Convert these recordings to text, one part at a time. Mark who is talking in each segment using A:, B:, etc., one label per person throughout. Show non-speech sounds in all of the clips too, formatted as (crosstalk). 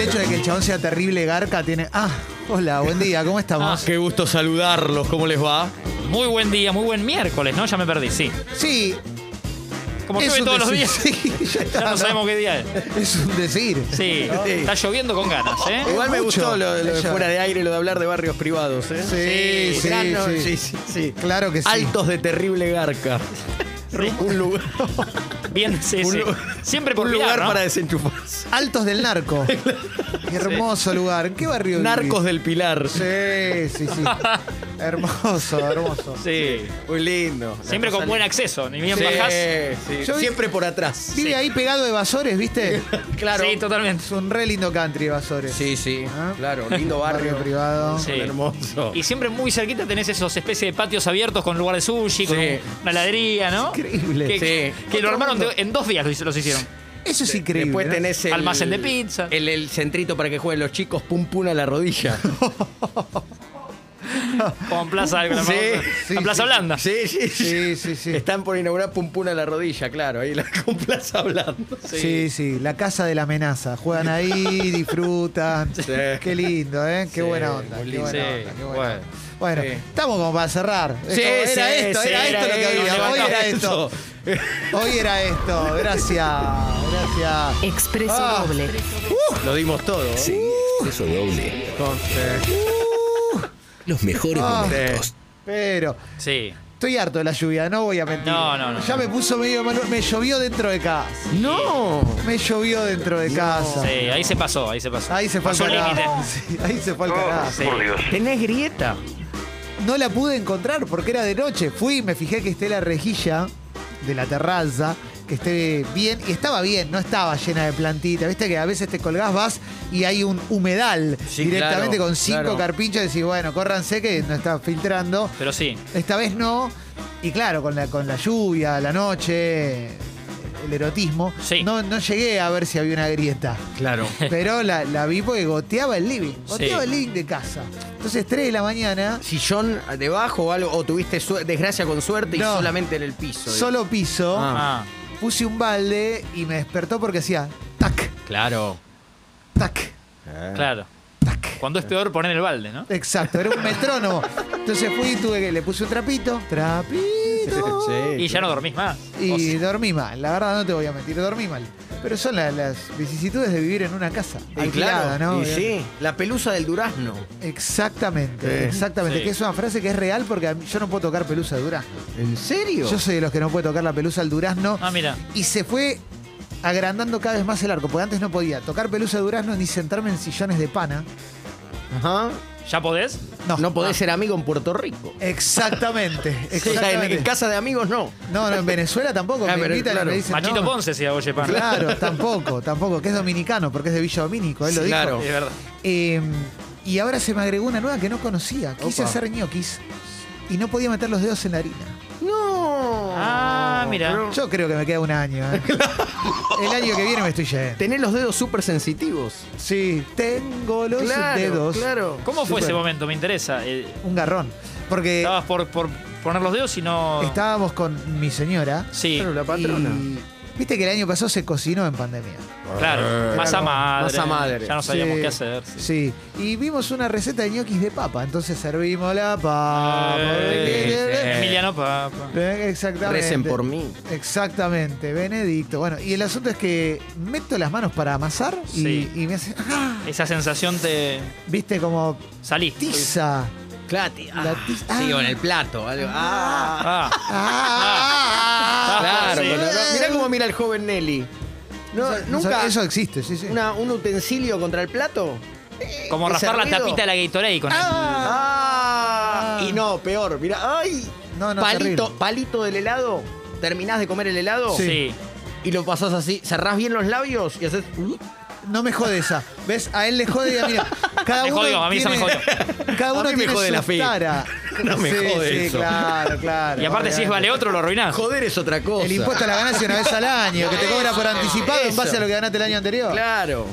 A: hecho de que el chabón sea terrible garca tiene. Ah, hola, buen día, ¿cómo
B: Ah,
A: estamos?
B: qué gusto saludarlos, ¿cómo les va?
C: Muy buen día, muy buen miércoles, ¿no? Ya me perdí, sí.
A: Sí.
C: Como
A: es
C: llueve
A: un
C: todos los
A: decir.
C: días.
A: Sí, ya
D: (laughs)
A: está,
C: (laughs) Ya no
A: ¿no?
C: sabemos qué día es.
A: Es un decir.
C: Sí, está lloviendo con ganas, ¿eh?
D: Igual me
A: Mucho.
D: gustó lo, lo de
A: Ella.
D: fuera de aire, lo de hablar de barrios privados. ¿eh?
A: Sí, sí, sí.
D: Ah, no, sí, sí, sí.
A: Claro que sí.
D: Altos de terrible
C: (laughs)
D: garca. Un lugar,
C: Bien,
D: (laughs)
C: sí,
D: un
C: sí.
D: lu-
C: Siempre por
D: un
C: Pilar,
D: lugar
C: ¿no?
D: para desenchufarse.
A: Altos del narco. Qué hermoso lugar. ¿Qué barrio? vivís?
D: Narcos del Pilar.
A: Sí, sí, sí. hermoso, hermoso.
C: Sí.
D: Muy lindo. La
C: Siempre
D: cosa
C: con buen acceso, ni bien
D: linda.
C: bajás.
D: Sí, sí.
A: Yo vi-
D: Siempre por atrás.
A: Vive ahí pegado de Evasores, ¿viste?
D: Claro.
C: Sí, totalmente.
A: Es un re lindo country Evasores.
D: Sí, sí.
A: Ah.
D: Claro, lindo
A: (laughs)
D: barrio.
A: Barrio privado.
C: Sí.
D: Hermoso.
C: Y siempre muy cerquita tenés esos especies de patios abiertos con lugar de sushi, con
D: Sí.
C: una heladería, ¿no?
A: Increíble.
C: Que,
D: Sí.
C: que lo
A: Otro
C: armaron de-
A: mundo.
C: en dos días, los, los hicieron.
A: Eso es increíble.
D: Después
A: ¿no?
D: tenés el
C: Almacén de pizza.
D: El, el centrito para que jueguen los chicos, pum pum a la
C: (laughs)
D: rodilla.
C: Con Plaza, con la
D: Sí,
C: famosa-
A: sí,
C: la Plaza
A: sí,
C: Blanda.
D: sí, sí,
A: Sí, sí,
D: (laughs)
A: sí.
D: Están por inaugurar pum pum a la rodilla, claro. Ahí la (laughs) con Plaza hablando.
A: Sí, sí, la casa de la amenaza. Juegan ahí, disfrutan. Qué lindo, ¿eh? Qué
D: Sí,
A: buena onda.
D: muy
A: Qué
D: lindo.
A: buena
C: Sí,
A: onda, qué buena
C: bueno.
A: onda. Bueno,
D: Sí.
A: estamos como para cerrar. Es
D: Sí,
A: como, era
D: sí,
A: esto,
D: sí,
A: era
D: era
A: esto lo que
D: esto,
A: había. Hoy era
D: levantaba
A: esto. Hoy era esto. Gracias, gracias.
E: Expreso
A: Ah.
E: doble.
D: Lo dimos todo. ¿eh?
F: Expreso doble.
D: Entonces,
F: Los mejores
A: Ah.
F: momentos.
A: Pero
C: Sí.
A: estoy harto de la lluvia, no voy a mentir.
C: No, no, no.
A: Ya me puso medio mal- Me llovió dentro de casa.
D: No.
A: Me llovió dentro de casa.
C: Sí, ahí se pasó, ahí se pasó.
A: Ahí se fue al
C: pasó el límite.
A: carajo. Sí, ahí se fue al carajo.
C: Sí.
D: Tenés grieta.
A: No la pude encontrar porque era de noche. Fui y me fijé que esté la rejilla de la terraza, que esté bien. Y estaba bien, no estaba llena de plantita. Viste que a veces te colgás, vas y hay un humedal
D: Sí,
A: directamente
D: claro,
A: con cinco
D: claro.
A: carpinchos. Y decís, bueno, córranse que no está filtrando.
C: Pero sí.
A: Esta vez no. Y claro, con la, con la lluvia, la noche, el erotismo,
C: Sí.
A: no, no llegué a ver si había una
D: (laughs)
A: grieta.
D: Claro.
A: Pero la, la vi porque goteaba el living. Goteaba
C: Sí.
A: el living de casa. Entonces, 3 de la mañana.
D: Sillón debajo o algo, o tuviste su- desgracia con suerte
A: No.
D: y solamente en el piso.
A: Solo piso,
C: (laughs) Ah,
A: puse un balde y me despertó porque hacía tac,
D: Claro.
A: tac,
D: Ah.
C: claro.
A: tac.
C: Cuando es peor poner el balde, ¿no?
A: Exacto, era un metrónomo. Entonces fui y tuve que le puse un trapito, trapito.
C: Y ya no dormís más. O
A: Y
C: sea,
A: dormí mal, la verdad no te voy a mentir, dormí mal. Pero son la- las vicisitudes de vivir en una casa.
D: Y
A: alquilada,
D: claro,
A: ¿no?
D: y sí, la pelusa del durazno.
A: Exactamente,
D: Sí.
A: exactamente.
C: Sí.
A: Que es una frase que es real porque a mí- yo no puedo tocar pelusa de durazno.
D: ¿En serio?
A: Yo soy de los que no puede tocar la pelusa al durazno.
C: Ah, mira.
A: Y se fue agrandando cada vez más el arco, porque antes no podía tocar pelusa de durazno ni sentarme en sillones de pana.
D: Ajá.
C: ¿Ya podés?
A: No,
D: No podés ser amigo en Puerto Rico.
A: Exactamente,
D: (laughs) O sea, en,
A: exactamente.
D: en casa de amigos no.
A: No, no, en Venezuela tampoco.
D: Ah,
A: me
D: pero
A: invitan y
D: claro.
A: me dicen,
C: Machito
A: no.
C: Ponce se Oye Pan.
A: Claro, tampoco, tampoco, que es dominicano, porque es de Villa Domínico, él lo
D: Sí,
A: dijo.
D: claro.
C: Es verdad.
A: Eh, y ahora se me agregó una nueva que no conocía. Quise
D: Opa.
A: hacer ñoquis y no podía meter los dedos en la harina.
D: No.
C: Ah, mira.
A: Yo creo que me queda un año.
D: (laughs)
A: ¿eh? El año que viene me estoy yendo.
D: Tenés los dedos súper sensitivos.
A: Sí, tengo los
D: claro,
A: dedos.
D: claro.
C: ¿Cómo fue
A: Súper.
C: ese momento? Me interesa. Eh,
A: Un garrón. Porque
C: Estabas por, por poner los dedos y no.
A: estábamos con mi señora.
C: Sí,
D: Claro, la patrona.
A: Y viste que el año pasado se cocinó en pandemia.
C: claro. Masa
A: Claro.
C: madre.
D: Masa madre.
C: Ya no sabíamos
A: Sí.
C: qué hacer. sí.
A: Sí. Y vimos una receta de ñoquis de papa. Entonces servimos la papa.
C: Eh,
D: sí.
C: Emiliano Papa.
A: Eh, Exactamente.
D: Recen por mí.
A: Exactamente, Benedicto. Bueno, y el asunto es que meto las manos para amasar y,
C: Sí.
A: y me hace. ¡ah!
C: Esa sensación te.
A: ¿Viste? Como
C: Saliste.
A: tiza.
D: Clati. Ah,
A: La tiz-
D: Sí,
A: ah.
D: o en el plato. Algo. Ah.
C: Ah,
A: ¡Ah!
D: Claro,
C: sí.
D: pero no- mirá cómo mira el joven Nelly. No,
A: O sea,
D: nunca
A: Eso existe, sí, sí.
D: una- un utensilio contra el plato.
C: como
D: Ese
C: raspar la
D: ruido.
C: tapita de la Gatorade con
D: Ah, y no, peor, mira, ay,
A: No, no,
D: palito,
A: terrible.
D: palito del helado. Terminás de comer el helado
C: el. Sí.
D: y lo pasás así, cerrás bien los labios y haces uh,
A: No me jode esa. ¿Ves? A él le jode y a mí no. Cada
C: Me
A: uno
C: jodió, a mí esa
A: tiene,
C: me
A: Cada
D: A
A: uno
D: mí me
A: tiene
D: jode
A: su
D: la fe.
A: cara.
D: No me (laughs)
A: sí,
D: jode
A: sí,
D: eso.
A: claro, claro.
C: Y aparte, si es vale otro, lo arruinás.
D: joder es otra cosa.
A: El impuesto a la ganancia una vez al año, que te cobra por anticipado en
D: Eso.
A: base a lo que ganaste el año anterior.
D: Claro.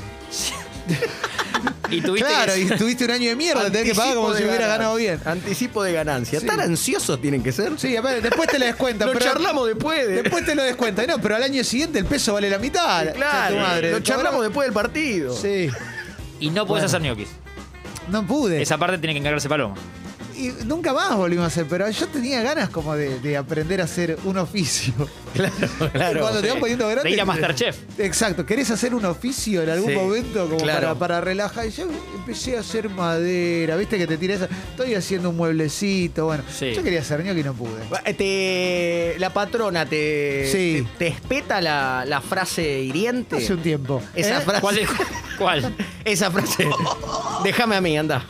C: Y tuviste.
A: Claro,
C: que-
A: y tuviste un año de mierda, tenés que pagar como
D: Anticipo
A: si
D: de
A: hubiera
D: ganan-
A: ganado bien.
D: Anticipo de ganancia.
A: Sí.
D: Tan ansiosos tienen que ser.
A: Sí, aparte, después te lo descuentan.
D: Lo
A: pero-
D: charlamos después. de-
A: Después te lo descuentan. No, pero al año siguente el peso vale la mitad.
D: claro.
A: Tu madre,
D: Lo
A: ¿te
D: charlamos
A: acordás?
D: después del partido.
A: Sí.
C: y no podés
A: Bueno.
C: hacer ñoquis.
A: No pude.
C: Esa parte tiene que encargarse Paloma.
A: Y nunca más volvimos a hacer, pero yo tenía ganas como de, de aprender a hacer un oficio.
D: Claro,
A: Y
D: claro.
A: Cuando te van poniendo grande.
C: De ir a Masterchef.
A: Exacto, ¿querés hacer un oficio en algún
D: Sí,
A: momento como
D: claro.
A: para, para relajar? Y Yo empecé a hacer madera, viste que te tiré esa. Estoy haciendo un mueblecito, bueno.
C: Sí.
A: Yo quería hacer ñoqui y no pude.
D: Eh, te- la patrona te,
A: Sí.
D: te, te espeta la, la frase hiriente.
A: Hace un tiempo.
D: Esa
A: ¿Eh?
D: frase.
C: ¿Cuál? es- ¿Cuál?
A: (laughs)
D: Esa frase. Déjame a mí, anda.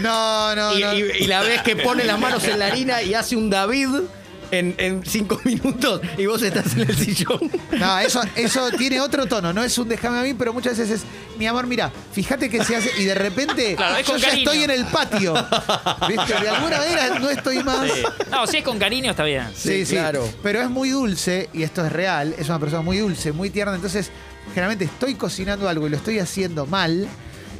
A: No, no,
D: y,
A: no.
D: y- y la ves que pone las manos en la harina y hace un David en, en cinco (laughs) minutos y vos estás en el sillón.
A: No, eso, eso tiene otro tono, no es un déjame a mí, pero muchas veces es, mi amor, mira, fíjate que se hace y de repente
C: Claro, es
A: yo
C: con
A: ya
C: cariño.
A: estoy en el patio. ¿Viste? De alguna manera no estoy más.
C: Sí. No, si es con cariño está bien.
A: Sí,
D: Sí,
A: sí.
D: claro.
A: Pero es muy dulce, y esto es real, es una persona muy dulce, muy tierna. Entonces, generalmente estoy cocinando algo y lo estoy haciendo mal.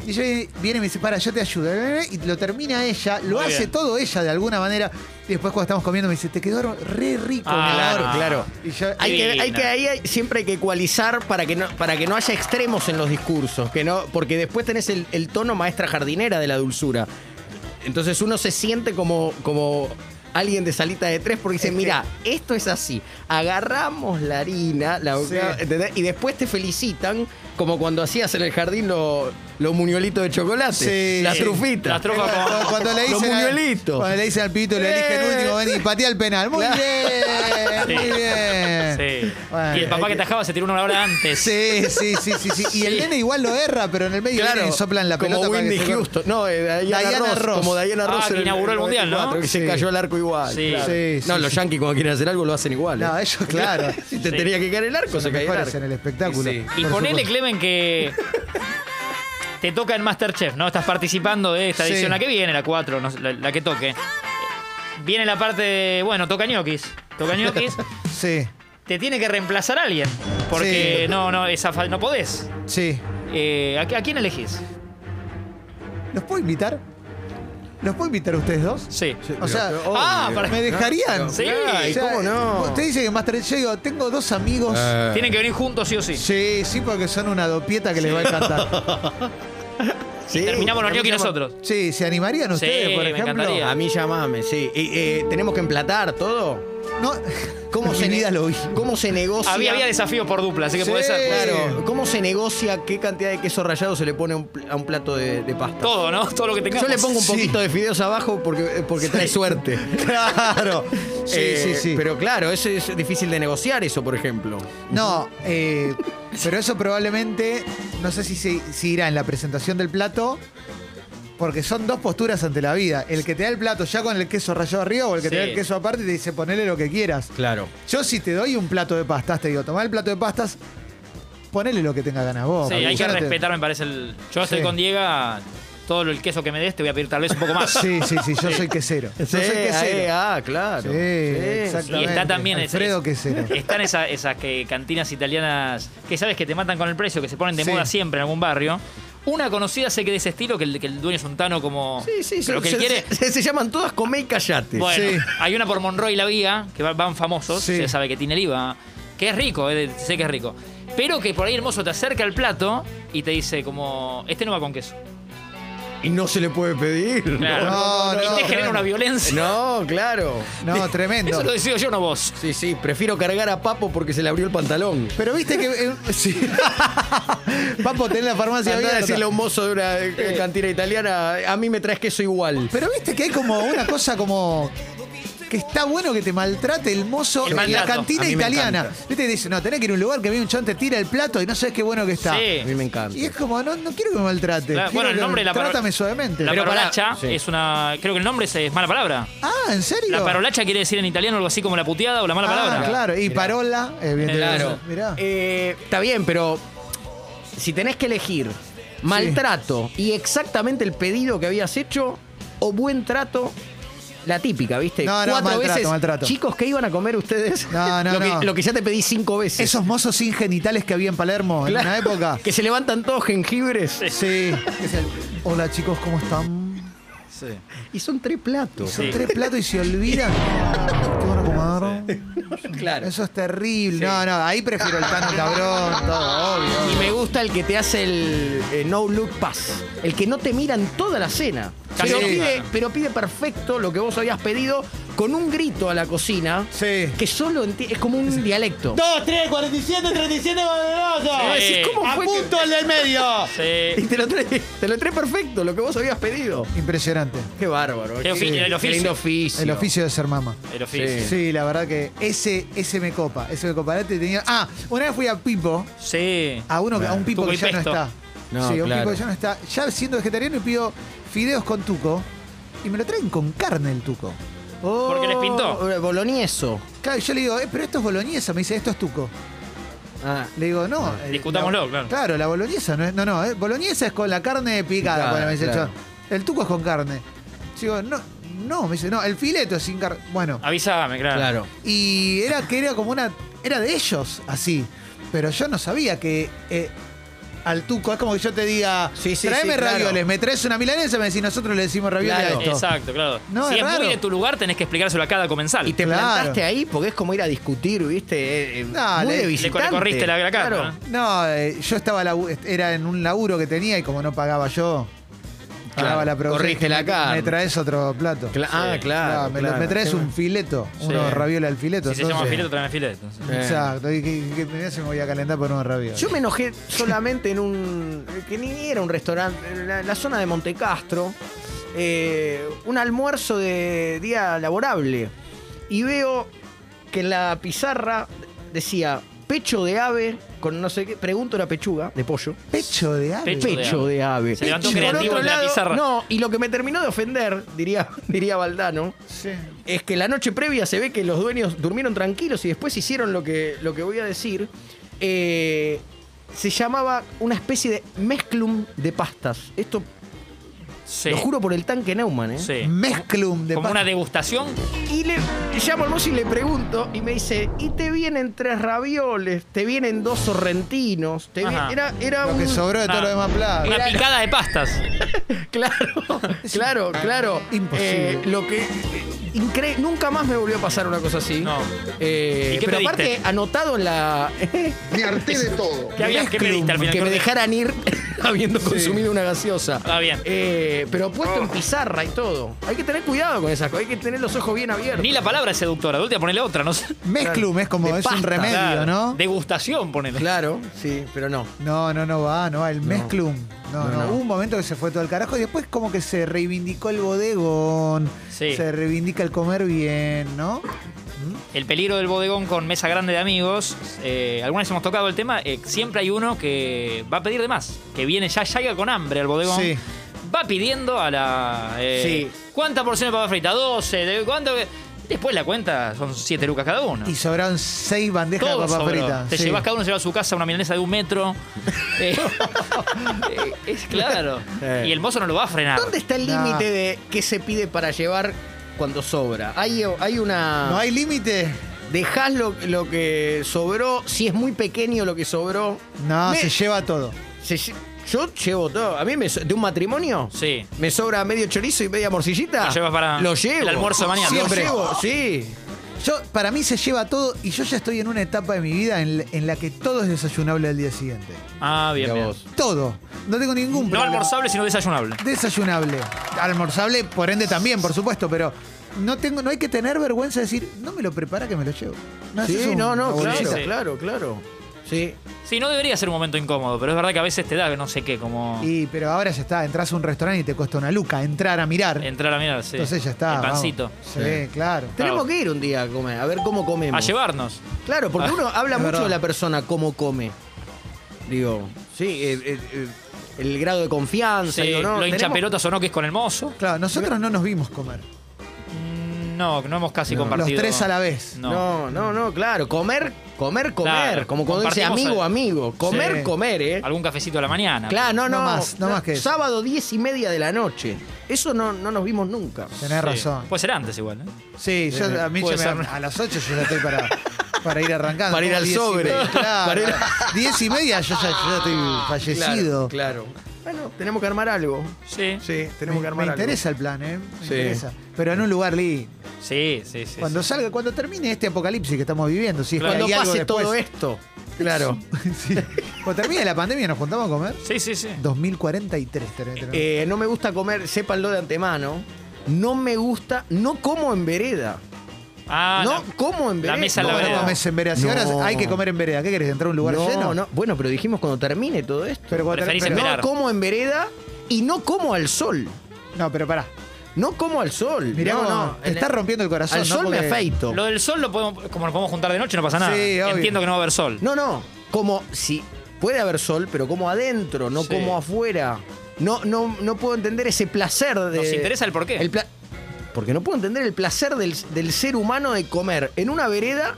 A: Y yo viene y me dice, para, yo te ayudo. Y lo termina ella, lo
C: Muy
A: hace
C: bien.
A: todo ella de alguna manera. Y después cuando estamos comiendo me dice, te quedó re rico.
C: Ah,
A: mi amor".
C: claro,
D: claro.
A: Y yo,
D: Hay que,
C: Divina.
D: hay que- ahí hay- siempre hay que ecualizar para que no, para que no haya extremos en los discursos, que no, porque después tenés el, el tono maestra jardinera de la dulzura. Entonces uno se siente como, como alguien de salita de tres porque dice, mira, esto es así. Agarramos la harina, la-
A: Sí.
D: ¿entendés? y después te felicitan, como cuando hacías en el jardín los los muñuelitos de chocolate,
A: Sí.
D: las trufitas.
C: Las trufas con-
A: Cuando, cuando le
D: Los
A: dicen al,
D: muñuelitos.
A: cuando le dicen al pibito, le dije el
D: Eh.
A: último, ven y patea el penal. Muy
D: Claro.
A: bien, muy
C: Sí.
A: bien.
C: Sí.
A: Bueno,
C: y el papá que tajaba se tiró una hora antes.
A: Sí, sí, sí, sí, sí. Y el nene igual lo erra, pero en el medio vienen y soplan la pelota.
D: Como
A: para que
D: Whitney
A: se corra.
D: Houston. No, eh, Diana,
A: Diana
D: Ross,
A: Ross.
D: Como Diana
C: Ah,
D: Ross.
C: que
D: en
C: inauguró el Mundial, ¿no?
D: 94, Que
A: Sí.
D: se cayó al arco igual.
C: Sí.
D: claro.
A: Sí, sí,
D: no, los
A: sí.
D: yankees cuando quieren hacer algo lo hacen igual.
A: No,
D: ¿eh?
A: ellos, claro.
D: (laughs) Si te
C: Sí.
D: tenía que caer el arco,
A: Son
D: se
A: los
D: cae el
A: mejores
D: arco.
A: en el espectáculo.
D: Sí,
C: Y
A: Por
C: ponele,
A: supuesto.
C: Clemen, que te toca en Masterchef, ¿no? Estás participando de esta
A: Sí.
C: edición, la que viene, la 4, no sé, la, la que toque. Viene la parte de, bueno, toca ñoquis. Toca ñoquis.
A: Sí,
C: te tiene que reemplazar alguien. Porque
A: Sí.
C: no, no, esa fal- no podés.
A: sí.
C: Eh, ¿a, qué- a quién elegís?
A: ¿Los puedo invitar? ¿Los puedo invitar a ustedes dos?
C: Sí.
A: O sea,
C: Ah, para-
A: ¿me dejarían?
C: Sí.
A: O
D: Ay,
A: sea,
D: ¿cómo no? Eh.
A: Usted dice que Masterchef, yo digo, tengo dos amigos.
C: Tienen que venir juntos sí o sí.
A: Sí, sí, porque son una dopieta que les va a encantar.
C: (laughs)
D: Sí,
C: Terminamos los
D: a mí
C: ñoquis
D: llama-
C: nosotros.
A: Sí, ¿se animarían ustedes,
C: Sí,
A: por
C: Eh, me
A: ejemplo?
C: encantaría.
D: A mí llamame, sí. Y, eh, ¿Tenemos que emplatar todo?
A: No,
D: ¿Cómo
A: (laughs)
D: se,
A: mi
D: ne-
A: vida lo vi.
D: ¿Cómo se negocia?
C: Había, había desafío por dupla, así que
A: Sí.
C: podés hacer
D: Claro. ¿Cómo se negocia qué cantidad de queso rallado se le pone a un pl- a un plato de, de pasta?
C: todo, ¿no? Todo lo que tengamos.
D: Yo le pongo un
A: Sí.
D: poquito de fideos abajo porque, eh, porque trae (laughs) suerte.
A: Claro. Sí,
D: Eh,
A: sí, sí.
D: Pero claro, eso es difícil de negociar eso, por ejemplo.
A: No, eh, pero eso probablemente, no sé si, se- si irá en la presentación del plato, porque son dos posturas ante la vida. El que te da el plato ya con el queso rallado arriba o el que te da
C: Sí.
A: el queso aparte y te dice ponele lo que quieras.
D: Claro.
A: Yo si te doy un plato de pastas, te digo, tomá el plato de pastas, ponele lo que tengas ganas vos.
C: Sí,
A: porque
C: hay
A: yo
C: que
A: no te-
C: respetar, me parece. El... Yo estoy
A: Sí.
C: con Diego, todo el queso que me des te voy a pedir tal vez un poco más.
A: (laughs) Sí, sí, sí, yo soy quesero. Yo
D: Sí,
A: soy quesero.
D: ah, eh, ah, claro.
A: Sí, exactamente.
C: Y está también ese-
A: Alfredo quesero.
C: (laughs) Están esa- esas que, cantinas italianas que sabes que te matan con el precio, que se ponen de
A: Sí.
C: moda siempre en algún barrio. Una conocida sé que de ese estilo, que el, que el dueño es un tano como...
D: Sí, sí, se,
C: pero que
D: se-
C: él quiere...
D: se- se llaman todas come y callate.
C: Bueno,
A: Sí.
C: hay una por Monroy y la Vía, que va- van famosos,
A: Sí.
C: se sabe que tiene el IVA, que es rico, eh, sé que es rico. Pero que por ahí el mozo te acerca el plato y te dice como, este no va con queso.
D: Y no se le puede pedir.
C: Claro.
A: No, no,
C: y te genera
A: no.
C: una violencia.
D: No, claro.
A: No, tremendo.
C: Eso lo decido yo, no vos.
D: Sí, sí, prefiero cargar a Papo porque se le abrió el pantalón.
A: Pero viste que. eh, sí.
C: (laughs)
A: Papo, tenés la farmacia
D: Andá a
A: abierta.
D: decirle a un mozo de una eh, cantina italiana, a mí me traes queso igual.
A: Pero viste que hay como una cosa como. Que está bueno que te maltrate el mozo
C: El
A: en la
C: maltrato.
A: cantina
D: A mí me
A: italiana.
D: encanta.
A: Viste, dice, no, tenés que ir a un lugar que viene un chon, te tira el plato y no sabes qué bueno que está.
C: Sí.
D: A mí me encanta.
A: Y es como, no, no quiero que me maltrate.
C: Claro,
A: quiero
C: bueno, el
A: que-
C: nombre de la paro-
A: Trátame suavemente.
C: La
D: Pero pará,
C: parolacha
D: sí.
C: es una... Creo que el nombre es, es mala palabra.
A: ah, ¿en serio?
C: La parolacha quiere decir en italiano algo así como la puteada o la mala
A: ah,
C: palabra.
A: claro. Y parola, evidentemente.
D: Claro.
A: Mirá.
D: Eh, está bien, pero si tenés que elegir maltrato y exactamente el pedido que habías hecho o buen trato, la típica, ¿viste?
A: No, no,
D: Cuatro
A: maltrato,
D: veces.
A: maltrato.
D: Chicos, ¿qué iban a comer ustedes?
A: No, no,
D: (laughs) lo, que,
A: no.
D: lo que ya te pedí cinco veces.
A: Esos mozos sin genitales que había en Palermo en
D: Claro.
A: una
C: (laughs)
A: época.
D: Que se levantan todos jengibres.
A: Sí. Es el, Hola chicos, ¿cómo están?
C: Sí.
D: Y son tres platos.
C: Sí.
A: Tres platos y se olvidan. ¿Qué van a comer?
D: Claro.
A: Eso es terrible. No, no, ahí prefiero el Tano Cabrón, todo, obvio.
D: Y me gusta el que te hace el eh, no look pass. El que no te mira en toda la cena.
C: Casi
D: Pero
C: no.
D: pide, pero pide perfecto lo que vos habías pedido con un grito a la cocina.
A: Sí.
D: Que solo enti- es como un dialecto.
E: 2, 3, 47, 37,
D: Y vos
E: poderoso.
C: Sí.
D: decís, ¿cómo
E: A
D: fue que-
E: punto el del medio.
D: (laughs) Y
C: Sí.
D: te lo trae, te lo trae perfecto, lo que vos habías pedido.
A: Impresionante.
D: Qué bárbaro.
C: El ofi-
D: qué-
C: el oficio.
D: qué lindo oficio.
A: El oficio de ser mamá.
C: El oficio.
D: Sí.
C: Sí.
A: Sí, la verdad que ese, ese me copa, ese me copa. Antes tenía- Ah, una vez fui a Pipo, a uno, a un Pipo
C: Tuco
A: que
C: y
A: ya no
C: pesto.
A: está.
D: No,
A: sí, a un
D: claro.
A: Pipo que ya no está. Ya siendo vegetariano y pido fideos con tuco y me lo traen con carne el tuco.
C: Porque les pintó.
D: Oh, Bolonieso.
A: Claro, yo le digo, eh, pero esto es boloñesa, me dice, esto es tuco.
D: Ah,
A: Le digo, no. eh,
C: Discutámoslo,
A: la-
C: claro.
A: Claro, la boloñesa no es. No, no, eh, boloñesa es con la carne picada.
D: Picada,
A: bueno, me dice el
D: claro.
A: chabón. El tuco es con carne. Yo digo, no, no, me dice, no, el fileto es sin carne. Bueno.
D: Ah.
C: Avísame, claro.
D: claro.
A: Y era que era como una. Era de ellos, así. Pero yo no sabía que. eh, al tuco, es como que yo te diga,
D: Sí, sí,
A: tráeme
D: sí, claro.
A: ravioles, me traes una milanesa, me decís, nosotros le decimos ravioles
D: Claro.
A: a esto.
C: Exacto, claro.
A: No,
C: si
A: es
C: es
A: raro.
C: muy de tu lugar, tenés que explicárselo a cada comensal.
D: Y te
A: Claro.
D: plantaste ahí porque es como ir a discutir, ¿viste? Eh, eh,
A: No,
D: muy
A: le-
D: de
A: le
D: visitante.
C: corriste la- la cara,
D: Claro.
C: ¿no?
A: No, eh, yo estaba labu- era en un laburo que tenía y como no pagaba yo, pagaba la producción.
D: corriste la
A: me-
D: carne.
A: Me traes otro plato.
D: Cla- ah, claro.
C: Sí.
A: Claro, me, lo-
D: claro.
A: me traes un fileto, unos ravioles al fileto.
C: si se llama
A: entonces-
C: fileto, tráeme fileto. entonces.
D: Eh.
A: Exacto, y que, que- mirá si me voy a calentar por unos ravioles.
D: Yo me enojé solamente en un. que ni era un restaurante, en la, la zona de Montecastro. eh, un almuerzo de día laborable. Y veo que en la pizarra decía pecho de ave con no sé qué. Pregunto la pechuga de pollo.
A: Pecho de ave.
C: Pecho de
D: Pecho de ave.
C: Se
D: Y
C: levantó un
D: por
C: creativo
D: otro
C: en la
D: lado-
C: pizarra.
D: No, y lo que me terminó de ofender, diría, (laughs) diría Valdano,
A: Sí.
D: es que la noche previa se ve que los dueños durmieron tranquilos y después hicieron lo que, lo que voy a decir. Eh, se llamaba una especie de mezclum de pastas. Esto
C: Sí.
D: lo juro por el tanque Neumann, ¿eh?
C: Sí.
A: Mezclum de
C: Como
A: pa-
C: una degustación.
D: Y le llamo al mozo y le pregunto y me dice, y te vienen tres ravioles, te vienen dos sorrentinos, te vi-
C: Ajá.
D: era, era
A: Lo
D: un...
A: que sobró de todo
C: Ah.
A: lo demás plato.
C: Una picada de pastas.
D: (laughs)
A: (laughs)
D: Claro, claro, claro.
A: Imposible.
D: Eh, lo que. eh, incre- Nunca más me volvió a pasar una cosa así.
C: No.
D: Eh,
C: ¿Y qué
D: pero
C: pediste?
D: aparte, anotado en la. (laughs)
G: Me harté de todo.
C: ¿Qué, había, ¿Qué pediste al final?
D: que me
C: ¿Qué
D: dejaran ir (laughs) habiendo consumido una gaseosa.
C: Ah, bien. Oh.
D: Eh, pero puesto en pizarra y todo. Hay que tener cuidado con esas cosas. Hay que tener los ojos bien abiertos.
C: Ni la palabra es seductora. De última, ponele otra. No sé.
A: Mezclum es como
D: De
A: es un
D: pasta,
A: remedio,
C: Claro.
A: ¿no?
C: Degustación, ponele.
D: Claro, sí, pero no.
A: No, no, no va, no va. El mezclum. No, no,
D: No, no.
A: Hubo un momento que se fue todo el carajo y después como que se reivindicó el bodegón.
C: Sí.
A: Se reivindica el comer bien, ¿no?
C: El peligro del bodegón con mesa grande de amigos. Eh, alguna vez hemos tocado el tema. eh, siempre hay uno que va a pedir de más. Que viene ya, llega con hambre al bodegón.
A: Sí.
C: Va pidiendo a la. eh, ¿Cuánta porción de papa frita? 12. ¿de ¿Cuánto? Después la cuenta son 7 lucas cada uno.
A: Y sobraron seis bandejas
C: Todo
A: de papa
C: sobró.
A: frita.
C: Te
A: sí.
C: llevas cada uno se lleva a su casa una milanesa de un
A: (laughs)
C: metro. Eh, eh, es claro.
D: Eh.
C: Y el mozo no lo va a frenar.
D: ¿Dónde está el
A: No.
D: límite de qué se pide para llevar cuando sobra? Hay, hay una.
A: ¿No hay límite?
D: Dejás lo, lo que sobró, si es muy pequeño lo que sobró.
A: No,
D: Me-
A: se lleva todo.
D: se lle- yo llevo todo. A mí me so- de un matrimonio
C: Sí.
D: me sobra medio chorizo y media morcillita.
C: Lo llevas para
D: Lo llevo.
C: el almuerzo de mañana.
D: Siempre.
A: Siempre.
D: Lo llevo, sí.
A: Yo, para mí se lleva todo y yo ya estoy en una etapa de mi vida en, en la que todo es desayunable al día siguiente.
C: Ah, bien, bien.
A: Todo. No tengo ningún
C: No
A: problema.
C: almorzable, sino desayunable.
A: Desayunable. Almorzable, por ende también, por supuesto, pero no tengo, no hay que tener vergüenza de decir, no me lo prepara que me lo llevo. haces
D: Sí,
A: un-
D: no, no,
A: una
D: claro,
A: bolsita.
C: sí.
D: claro, claro. Sí.
C: Sí, no debería ser un momento incómodo, pero es verdad que a veces te da no sé qué, como
A: Y pero ahora ya está, entras a un restaurante y te cuesta una luca entrar a mirar.
C: entrar a mirar, sí.
A: Entonces ya está.
C: El
A: vamos.
C: pancito.
A: Sí, claro.
D: Tenemos que ir un día a comer, a ver cómo comemos.
C: A llevarnos.
D: Claro, porque
C: Ah,
D: uno habla
A: es
D: mucho
A: verdad.
D: de la persona cómo come. Digo, sí, eh, eh, eh, el grado de confianza.
C: Sí,
D: digo, no,
C: lo hincha
D: tenemos-
C: pelotas o no, que es con el mozo.
A: Claro, nosotros no nos vimos comer.
C: Mm, No, no hemos casi
A: Los
C: compartido.
A: tres a la vez.
C: No.
D: No. no, no, claro. Comer, comer, comer.
C: Claro,
D: Como cuando dice
C: compartimos
D: amigo,
C: el-
D: amigo. Comer,
A: Sí.
D: comer, ¿eh?
C: Algún cafecito a la mañana.
D: Claro, no, no.
A: No más, no más que eso.
D: Sábado, diez y media de la noche. Eso no, no nos vimos nunca.
A: Tenés
C: Sí.
A: razón.
C: Puede ser antes igual, ¿eh?
A: Sí, yo a mí
C: puede
A: ya me-
C: ser.
A: a las 8 yo ya estoy para, para ir arrancando.
D: Para ir
A: Como
D: al
A: diez y
D: sobre. (laughs)
A: media, claro.
D: Para ir
A: 10 y media yo ya, yo ya estoy fallecido.
D: Claro, claro. Bueno, tenemos que armar algo.
C: Sí, sí,
D: Sí,
A: me,
D: tenemos que armar
A: me
D: algo.
A: interesa el plan, ¿eh? Me
D: Sí.
A: interesa. Pero en un lugar lindo.
C: sí, sí. sí.
A: Cuando salga, cuando termine este apocalipsis que estamos viviendo, si es que
C: Claro.
D: Cuando
A: hay algo
D: pase
A: después.
D: todo esto. Claro.
A: Sí. Cuando termine la pandemia nos juntamos a comer.
C: Sí, sí, sí.
A: 2043 tenemos.
D: Eh, no me gusta comer, sépanlo de antemano. No me gusta, no como en vereda.
C: Ah,
D: no
C: la-
D: como en
C: la
D: vereda.
C: mesa en la
A: No,
C: vereda.
A: no comes en vereda. Si
D: No.
A: ahora hay que comer en vereda, ¿qué querés? ¿Entrar a un lugar
D: no,
A: lleno?
D: no. Bueno, pero dijimos cuando termine todo esto.
A: Pero cuando
C: Preferís
A: termine- pero-
C: esperar.
D: No como en vereda y no como al sol.
A: No, pero pará.
D: No como al sol.
A: Mirá,
D: no,
A: cómo
D: no.
A: te
D: En-
A: está rompiendo el corazón.
D: Al
A: ¿no?
D: sol me
A: Porque-
D: afeito.
C: Lo del sol, lo podemos, como nos podemos juntar de noche, no pasa nada.
A: Sí, obvio.
C: Entiendo que no va a haber sol.
D: No, no. Como si puede haber sol, pero como adentro, no
C: Sí.
D: como afuera. No, no, no puedo entender ese placer de.
C: Nos interesa el porqué.
D: pla- Porque no puedo entender el placer del, del ser humano de comer en una vereda,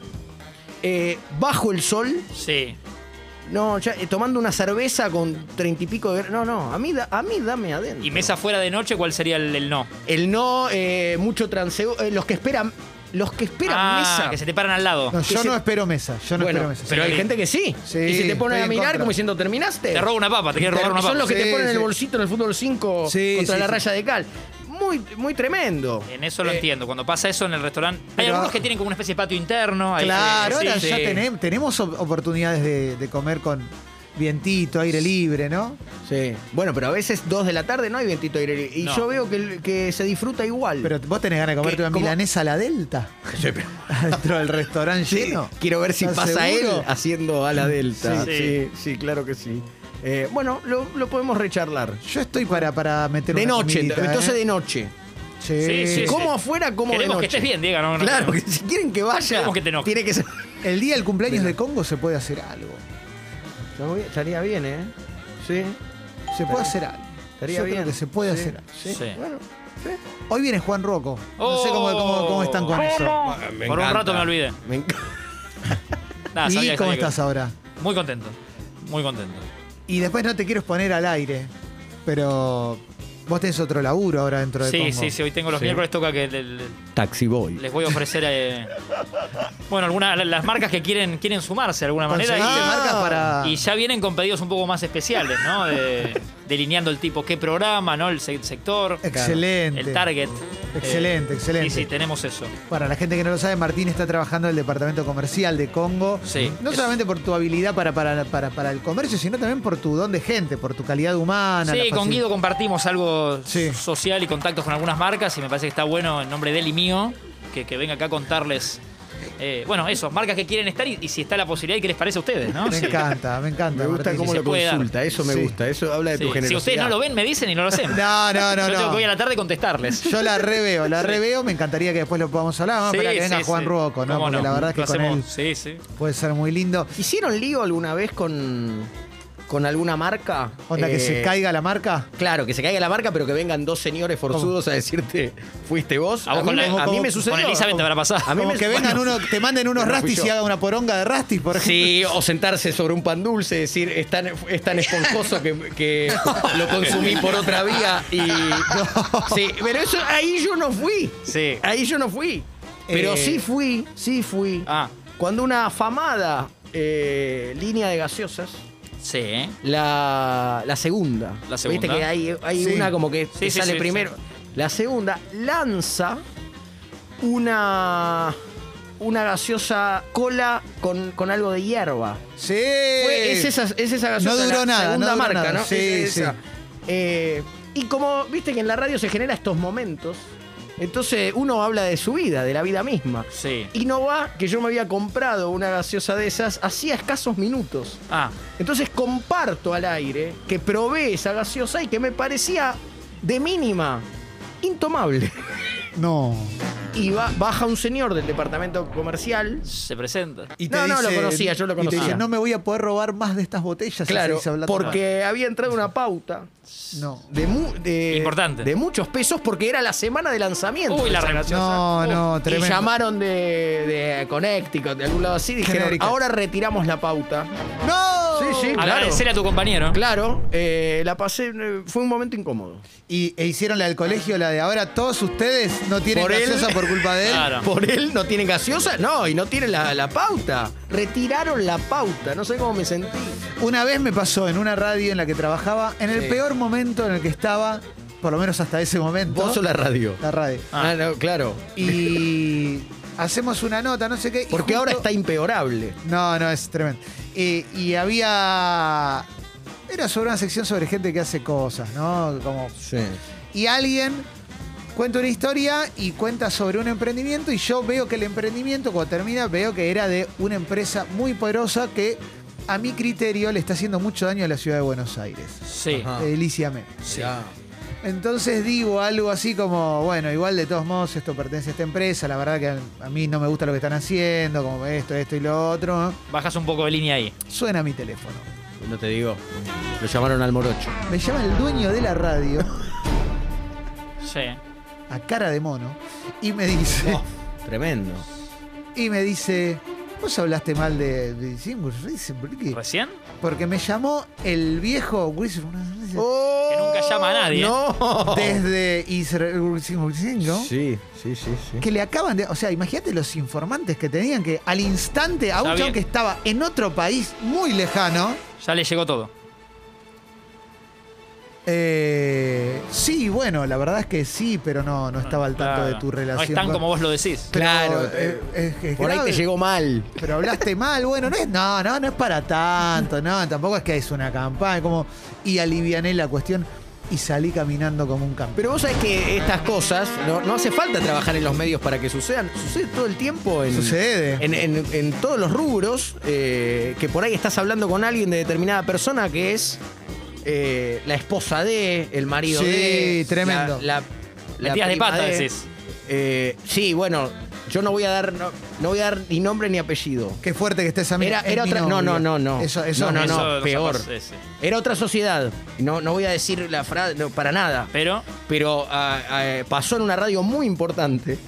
D: eh, bajo el sol,
C: Sí.
D: no, ya, eh, tomando una cerveza con treinta y pico de. No, no, a mí, da- a mí dame adentro.
C: Y mesa fuera de noche, ¿cuál sería el, el no?
D: El no, eh, mucho transeo. eh, los que esperan. Los que esperan
C: ah,
D: mesa.
C: que se te paran al lado.
A: No,
D: Que
A: yo
D: se-
A: no espero mesa. Yo no
D: bueno,
A: espero mesa.
D: pero hay
C: Sí.
D: gente que sí.
A: Sí,
D: y se te ponen
A: estoy
D: a
A: en
D: mirar
A: contra.
D: como diciendo, ¿terminaste?
C: Te robo una papa, te quiere robar una
D: Son
C: papa.
D: los que te
A: Sí,
D: ponen el
A: sí.
D: bolsito en el fútbol 5
A: Sí,
D: contra
A: sí,
D: la
A: sí.
D: raya de cal. Muy, muy tremendo.
C: En eso lo
D: Eh,
C: entiendo. Cuando pasa eso en el restaurante. Hay
A: pero-
C: algunos que tienen como una especie de patio interno. hay-
A: Claro,
C: sí,
A: ahora
C: sí.
A: ya tenem- tenemos op- oportunidades de, de comer con vientito, aire libre, ¿no?
D: Sí. Bueno, pero a veces 2 de la tarde no hay vientito aire libre. Y
C: No.
D: yo veo que, que se disfruta igual.
A: Pero vos tenés ganas de comerte
D: ¿Qué?
A: una
D: ¿Cómo?
A: milanesa a la
C: (laughs)
A: delta. (laughs) Dentro del restaurante lleno.
D: Quiero ver si
A: ¿Estás
D: pasa
A: seguro?
D: él haciendo a la delta.
C: Sí.
D: sí, claro que sí. Eh, bueno, lo, lo podemos recharlar.
A: Yo estoy para, para meter
D: De
A: una
D: noche,
A: comidita,
D: entonces
A: ¿eh?
D: de noche.
A: Sí.
C: Sí, sí,
D: Como afuera, como de
C: Queremos
D: noche.
C: que estés bien, Diego. No, no,
D: Claro,
C: no.
D: que si quieren que vaya,
C: Queremos que te enojes.
D: tiene que ser.
A: El día del cumpleaños de Congo se puede hacer algo.
D: Estaría bien, ¿eh? Sí,
A: Se puede hacer algo.
D: estaría
A: Yo
D: bien.
A: creo que se puede hacer algo.
D: Sí.
C: Sí.
D: Bueno,
A: Hoy viene Juan Rocco. No sé
C: Oh.
A: cómo, cómo- cómo están con eso.
C: Por un rato me olvidé.
D: me encanta.
C: Nada,
A: ¿Y
C: Ah, sabía que
A: cómo
C: sabía que-
A: estás ahora?
C: Muy contento. Muy contento.
A: Y después no te quiero exponer al aire, pero vos tenés otro laburo ahora dentro de
C: Sí,
A: Congo.
C: sí, sí. Hoy tengo los
D: Sí.
C: miércoles, toca que le- le-
D: Taxi Boy.
C: les voy a ofrecer. eh, bueno, algunas las marcas que quieren, quieren sumarse de alguna manera.
A: Conseguiste
C: ¿viste?
A: marcas para...
C: Y ya vienen con pedidos un poco más especiales, ¿no? De- delineando el tipo, qué programa, ¿no? El se- sector.
A: Excelente.
C: El target.
A: Excelente, excelente.
C: Y Eh, sí, tenemos eso.
A: Para la gente que no lo sabe, Martín está trabajando en el departamento comercial de Congo.
C: Sí.
A: No
C: Es-
A: solamente por tu habilidad para, para, para, para el comercio, sino también por tu don de gente, por tu calidad humana.
C: sí,
A: la
C: con
A: facil-
C: Guido compartimos algo
A: Sí.
C: social y contactos con algunas marcas y me parece que está bueno en nombre de él y mío que, que venga acá a contarles, eh, bueno, eso, marcas que quieren estar y, y si está la posibilidad y qué les parece a ustedes, ¿no?
A: Me
C: Sí.
A: encanta, me encanta.
D: Me gusta
A: Martín.
D: cómo
C: se
D: lo
C: puede dar.
D: consulta, eso me
A: Sí.
D: gusta, eso habla de
C: Sí.
D: tu generosidad.
C: Si ustedes no lo ven, me dicen y no lo hacen.
A: No, no, no,
C: Yo tengo
A: no.
C: que hoy a la (laughs) tarde contestarles.
A: Yo la reveo, la reveo. Me encantaría que después lo podamos hablar. Vamos a
C: Sí,
A: esperar que
C: sí,
A: venga Juan
C: sí.
A: Rocco, ¿no?
C: ¿Cómo
A: Porque la verdad es que
C: Lo
A: con él
C: hacemos. Sí, sí.
A: puede ser muy lindo.
D: ¿Hicieron lío alguna vez con, con alguna marca?
A: Onda, que
D: Eh,
A: se caiga la marca.
D: Claro, que se caiga la marca, pero que vengan dos señores forzudos a decirte, fuiste vos.
C: A vos con
D: mí,
C: la-
D: me- a mí
C: con-
D: me sucedió.
C: con Elizabeth te habrá pasado.
D: A mí
A: Como
D: me-
A: que vengan
D: bueno,
A: uno, te manden unos
D: Bueno, fui
A: rastis y
D: yo.
A: haga una poronga de rastis, por ejemplo.
D: (laughs) Sí, o sentarse sobre un pan dulce, decir, es tan, es tan esponjoso que, que lo consumí por otra vía.
C: (laughs)
D: Y, Sí, pero eso ahí yo no fui.
C: Sí.
D: Ahí yo no fui. Pero
A: Eh,
D: sí fui, sí fui.
C: Ah,
D: Cuando una afamada eh, línea de gaseosas,
C: sí, ¿eh?
D: la, la segunda,
C: La segunda.
D: viste que hay, hay
A: Sí.
D: una como que te
C: sí,
D: sale
C: sí,
D: primero, la segunda lanza una una gaseosa cola con, con algo de hierba.
A: Sí.
D: Fue- es, esa, es esa gaseosa.
A: Eh, No duró
D: la
A: nada,
D: Segunda
A: no duró
D: marca,
A: nada.
D: ¿no?
A: Sí,
D: Es esa.
A: sí.
D: Eh, y como viste que en la radio se genera estos momentos, entonces uno habla de su vida, de la vida misma.
C: Sí.
D: Y no va que yo me había comprado una gaseosa de esas hacía escasos minutos.
C: Ah,
D: Entonces comparto al aire que probé esa gaseosa y que me parecía de mínima intomable.
A: No.
D: Y va- baja un señor del departamento comercial.
C: se presenta.
D: No, no, lo conocía, yo lo
A: Y
D: conocía.
A: te dice, no me voy a poder robar más de estas botellas. y se
D: Claro,
A: dice, habla-
D: porque había entrado una pauta
A: No.
D: de, mu- de-
C: Importante.
D: de muchos pesos porque era la semana de lanzamiento.
C: Uy,
D: de
C: la
D: esa
C: re-
D: gaseosa.
A: No, no,
D: Y
A: tremendo.
D: llamaron de, de Connecticut, de algún lado así, dijeron,
A: Genérica.
D: ahora retiramos la pauta.
A: ¡No!
D: Sí, sí, claro.
C: Agradecerle a tu compañero.
D: Claro, eh, la pasé, eh, fue un momento incómodo.
A: Y, e hicieron la del colegio, la de ahora todos ustedes no tienen
D: Por él.
A: gaseosa por culpa de él.
C: Claro.
D: Por él no tienen gaseosa, no, y no tienen la, la pauta. Retiraron la pauta, no sé cómo me sentí.
A: Una vez me pasó en una radio en la que trabajaba, en el
D: Sí.
A: peor momento en el que estaba, por lo menos hasta ese momento.
D: ¿Vos o la radio?
A: La radio.
D: Ah, no, claro. (laughs)
A: Y hacemos una nota, no sé qué. y
D: Porque
A: justo-
D: ahora está impeorable.
A: No, no, es tremendo. Eh, y había. Era sobre una sección sobre gente que hace cosas, ¿no? Como
D: Sí.
A: y alguien cuenta una historia y cuenta sobre un emprendimiento y yo veo que el emprendimiento cuando termina veo que era de una empresa muy poderosa que a mi criterio le está haciendo mucho daño a la ciudad de Buenos Aires.
C: Sí.
D: Ajá. Ah.
A: Deliciamente.
D: Sí.
A: Entonces digo algo así como, bueno, igual de todos modos esto pertenece a esta empresa, la verdad que a- a mí no me gusta lo que están haciendo, como esto, esto y lo otro.
C: Bajas un poco de línea ahí.
A: Suena mi teléfono.
D: No te digo. Lo llamaron al morocho.
A: Me llama el dueño de la radio,
C: Sí.
A: a cara de mono, y me dice...
D: Tremendo.
A: y me dice, vos hablaste mal de, de Seymour Ferguson, ¿por qué?
C: ¿Recién?
A: Porque me llamó el viejo Wilson Ferguson
C: Oh.
D: Que
C: nunca llama a nadie.
D: Oh,
C: ¿eh?
D: No.
A: desde Israel Wilson Ferguson,
D: Sí, sí, sí, sí.
A: que le acaban de, o sea, imagínate los informantes que tenían que al instante a un
C: Está
A: chabón
C: bien.
A: que estaba en otro país muy lejano,
C: Ya le llegó todo.
A: eh, sí, bueno, la verdad es que sí, pero no, no estaba al tanto
C: Ah, Claro.
A: de tu
C: No
A: relación.
C: es tan
A: con-
C: como vos lo decís.
A: Pero,
D: Claro,
A: eh, es- es
D: Por ahí
A: grave.
D: te llegó mal.
A: Pero hablaste mal, bueno, no es, no, no, no es para tanto, no, tampoco es que es una campaña, como, y aliviané la cuestión y salí caminando como un campeón.
D: Pero vos sabés que estas cosas no, no hace falta trabajar en los medios para que sucedan. Sucede todo el tiempo en,
A: Sucede.
D: en, en- en todos los rubros. eh, que por ahí estás hablando con alguien de determinada persona que es eh, la esposa de, el marido
A: Sí,
D: de.
A: tremendo.
D: La, la- la
C: Metidas de
D: prima
C: pata, decís.
D: Eh, sí, bueno, yo no voy a dar, no, no voy a dar ni nombre ni apellido.
A: Qué fuerte que estés a mí.
D: Era, era otra. No, no, no, no.
A: Eso, eso
D: no, no,
C: Eso
D: no,
C: nos
D: peor.
C: pasa, sí, sí.
D: Era otra sociedad. No, no voy a decir la frase no, para nada.
C: Pero
D: Pero ah, ah, pasó en una radio muy importante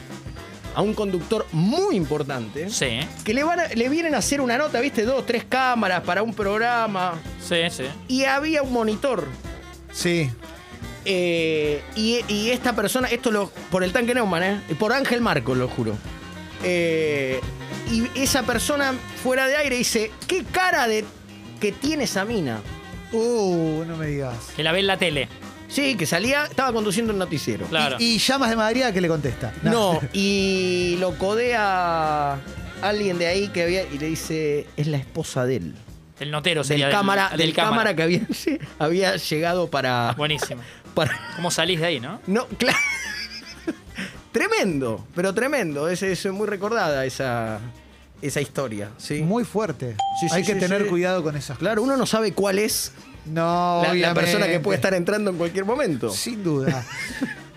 D: a un conductor muy importante
C: sí, ¿eh?
D: que le, van a- le vienen a hacer una nota, viste, dos, tres cámaras para un programa
C: sí, sí.
D: y había un monitor.
A: Sí.
D: eh, y, y esta persona, esto lo por el tanque Neumann, ¿eh? Y por Ángel Marco, lo juro. Eh, y esa persona fuera de aire dice, ¿qué cara de que tiene esa mina?
A: Uh, no me digas.
C: Que la ve en la tele.
D: Sí, que salía, estaba conduciendo un noticiero.
C: Claro.
A: Y, y llamas de Madrid que le contesta.
D: No, y lo codea alguien de ahí que había y le dice, es la esposa de él.
C: el notero
D: Del,
C: sería
D: cámara, del, cámara. que había, (laughs) sí, había llegado para,
C: Buenísimo.
D: para...
C: ¿Cómo salís de ahí, no?
D: No, (laughs) claro. tremendo, pero tremendo. Es, es muy recordada esa, esa historia.
A: (laughs)
D: ¿sí?
A: Muy fuerte.
D: Sí, sí,
A: Hay que
D: sí,
A: tener
D: sí.
A: cuidado con esas
D: Claro, uno no sabe cuál es
A: cosas. No,
D: la, la
A: obviamente.
D: persona que puede estar entrando en cualquier momento.
A: Sin
D: (laughs)
A: duda.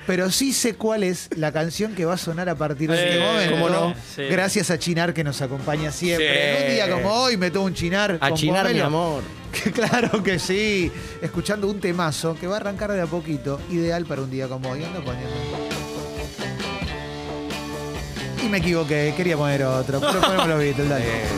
A: Pero sí sé cuál es la canción que va a sonar a partir de este
C: Eh,
A: momento.
C: cómo no. Sí.
A: Gracias a Chinar que nos acompaña siempre.
D: Sí.
A: En Un día como hoy me tomo un Chinar.
D: A
A: con
D: chinar, mi
A: pomelo.
D: amor.
A: (laughs) Que claro que sí. Escuchando un temazo que va a arrancar de a poquito. Ideal para un día como hoy. Ando poniendo. Y me equivoqué. Quería poner otro. Pero ponemos los Beatles, dale.